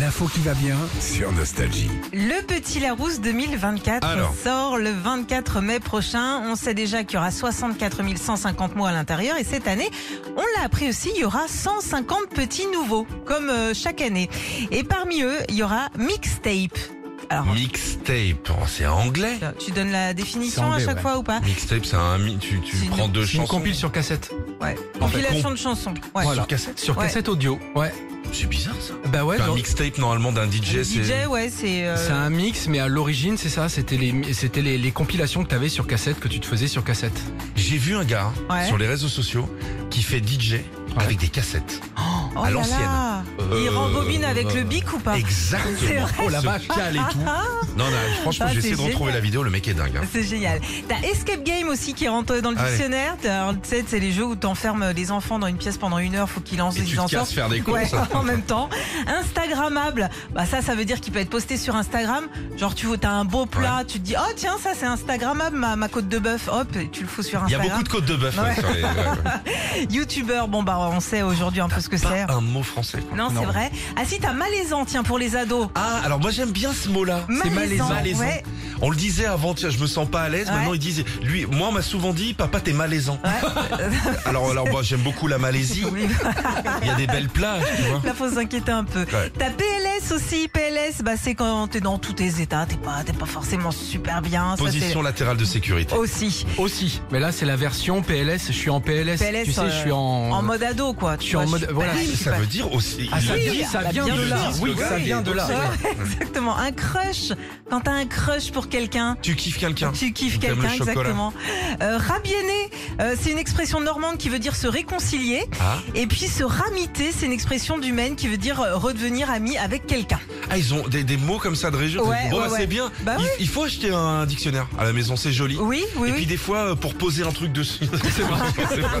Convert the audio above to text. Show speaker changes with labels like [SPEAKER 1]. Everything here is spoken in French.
[SPEAKER 1] L'info qui va bien sur Nostalgie.
[SPEAKER 2] Le Petit Larousse 2024
[SPEAKER 1] Alors.
[SPEAKER 2] sort le 24 mai prochain. On sait déjà qu'il y aura 64 150 mots à l'intérieur et cette année, on l'a appris aussi, il y aura 150 petits nouveaux, comme euh, chaque année. Et parmi eux, il y aura mixtape. Alors,
[SPEAKER 3] Mixtape, oh, c'est anglais.
[SPEAKER 2] tu donnes la définition
[SPEAKER 4] anglais,
[SPEAKER 2] à chaque
[SPEAKER 4] ouais.
[SPEAKER 2] fois ou pas
[SPEAKER 3] Mixtape, c'est un mi- tu, tu
[SPEAKER 2] C'est une-
[SPEAKER 3] prends deux
[SPEAKER 4] Je
[SPEAKER 3] chansons.
[SPEAKER 4] compile sur cassette.
[SPEAKER 2] Ouais.
[SPEAKER 3] En fait,
[SPEAKER 2] Compilation de chansons. Ouais.
[SPEAKER 4] Voilà.
[SPEAKER 3] Sur cassette.
[SPEAKER 4] Sur
[SPEAKER 2] Ouais.
[SPEAKER 4] cassette audio. Ouais.
[SPEAKER 3] C'est bizarre ça.
[SPEAKER 4] Bah ouais.
[SPEAKER 3] Enfin,
[SPEAKER 4] genre,
[SPEAKER 3] mixtape normalement d'un DJ, c'est
[SPEAKER 2] DJ, ouais, c'est... euh,
[SPEAKER 4] C'est un mix, mais à l'origine, c'est ça. C'était les, c'était les, les compilations que t'avais sur cassette que tu te faisais sur cassette.
[SPEAKER 3] J'ai vu un gars
[SPEAKER 2] Ouais.
[SPEAKER 3] sur les réseaux sociaux qui fait DJ avec des cassettes.
[SPEAKER 2] oh
[SPEAKER 3] à
[SPEAKER 2] là
[SPEAKER 3] l'ancienne.
[SPEAKER 2] là. Il
[SPEAKER 3] Euh,
[SPEAKER 2] rembobine avec le bic ou pas C'est
[SPEAKER 3] Exactement.
[SPEAKER 2] vrai.
[SPEAKER 3] Oh la vache, cale et tout. Non, non, franchement,
[SPEAKER 2] Ah,
[SPEAKER 3] j'ai
[SPEAKER 2] c'est
[SPEAKER 3] essayé de retrouver
[SPEAKER 2] génial.
[SPEAKER 3] la vidéo, le mec est dingue. hein.
[SPEAKER 2] C'est génial. T'as Escape Game aussi qui rentre dans le
[SPEAKER 3] Ah ouais.
[SPEAKER 2] dictionnaire. T'as- alors, Tu sais, c'est les jeux où t'enfermes les enfants dans une pièce pendant une heure, faut qu'ils lancent
[SPEAKER 3] Et
[SPEAKER 2] des
[SPEAKER 3] tu te casses faire des
[SPEAKER 2] Ouais,
[SPEAKER 3] courses. hein.
[SPEAKER 2] en même temps. Instagrammable, bah ça, ça veut dire qu'il peut être posté sur Instagram. Genre, tu vois, t'as un beau plat, tu te dis, oh tiens, ça c'est Instagrammable, ma, ma côte de bœuf, hop, et tu le fous sur
[SPEAKER 3] Il y a
[SPEAKER 2] Instagram.
[SPEAKER 3] beaucoup de côtes de bœuf. ouais, sur les- ouais, ouais.
[SPEAKER 2] Youtubeur, bon bah on sait aujourd'hui un peu ce que c'est.
[SPEAKER 3] Pas un mot français. quoi.
[SPEAKER 2] Non, c'est vrai. Ah si, t'as malaisant, tiens, pour les ados.
[SPEAKER 3] Ah, alors moi j'aime bien ce mot-là. C'est malaisant.
[SPEAKER 2] ouais.
[SPEAKER 3] On le disait avant, tiens, je me sens pas à l'aise.
[SPEAKER 2] Ouais.
[SPEAKER 3] Maintenant, ils disent, lui, moi, on m'a souvent dit, papa, t'es malaisant. alors, alors, moi, j'aime beaucoup la Malaisie.
[SPEAKER 2] Oui.
[SPEAKER 3] Il y a des belles plages, tu vois.
[SPEAKER 2] Là, faut s'inquiéter un peu.
[SPEAKER 3] Ouais.
[SPEAKER 2] T'as PLS aussi. PLS, bah, c'est quand t'es dans tous tes états. T'es pas, t'es pas forcément super bien. Ça,
[SPEAKER 3] Position latérale de sécurité.
[SPEAKER 2] c'est aussi.
[SPEAKER 4] Aussi. Mais là, c'est la version PLS. Je suis en PLS.
[SPEAKER 2] PLS,
[SPEAKER 4] tu sais,
[SPEAKER 2] euh,
[SPEAKER 4] je suis en.
[SPEAKER 2] En mode ado, quoi. Tu
[SPEAKER 4] je suis en
[SPEAKER 2] vois,
[SPEAKER 4] mode-
[SPEAKER 2] pas
[SPEAKER 4] voilà,
[SPEAKER 2] bien, je suis
[SPEAKER 3] Ah, Ça
[SPEAKER 2] pas-
[SPEAKER 3] veut dire aussi.
[SPEAKER 4] Ah, ça,
[SPEAKER 2] Oui,
[SPEAKER 4] dit- ça
[SPEAKER 2] bah,
[SPEAKER 4] vient
[SPEAKER 2] bien
[SPEAKER 4] de
[SPEAKER 2] le
[SPEAKER 4] là.
[SPEAKER 2] disque,
[SPEAKER 4] Oui,
[SPEAKER 3] le
[SPEAKER 4] ça
[SPEAKER 3] gars,
[SPEAKER 4] vient
[SPEAKER 3] il est
[SPEAKER 4] de là.
[SPEAKER 3] bosseur.
[SPEAKER 2] Exactement. Un crush. Quand t'as un crush pour quelqu'un.
[SPEAKER 3] Tu kiffes quelqu'un.
[SPEAKER 2] Tu kiffes
[SPEAKER 3] T'aimes le
[SPEAKER 2] quelqu'un,
[SPEAKER 3] chocolat.
[SPEAKER 2] exactement. Euh, rabiéner, euh, c'est une expression normande qui veut dire se réconcilier.
[SPEAKER 3] Ah.
[SPEAKER 2] Et puis se ramiter, c'est une expression du Maine qui veut dire euh, redevenir ami avec quelqu'un.
[SPEAKER 3] Ah, ils ont des, des mots comme ça de région.
[SPEAKER 2] Ouais,
[SPEAKER 3] bon,
[SPEAKER 2] ouais,
[SPEAKER 3] bah,
[SPEAKER 2] ouais.
[SPEAKER 3] c'est bien.
[SPEAKER 2] Bah
[SPEAKER 3] il, il faut acheter un dictionnaire à la maison, c'est joli.
[SPEAKER 2] Oui, oui,
[SPEAKER 3] Et
[SPEAKER 2] oui.
[SPEAKER 3] puis des fois, euh, pour poser un truc dessus. C'est vrai, c'est vrai.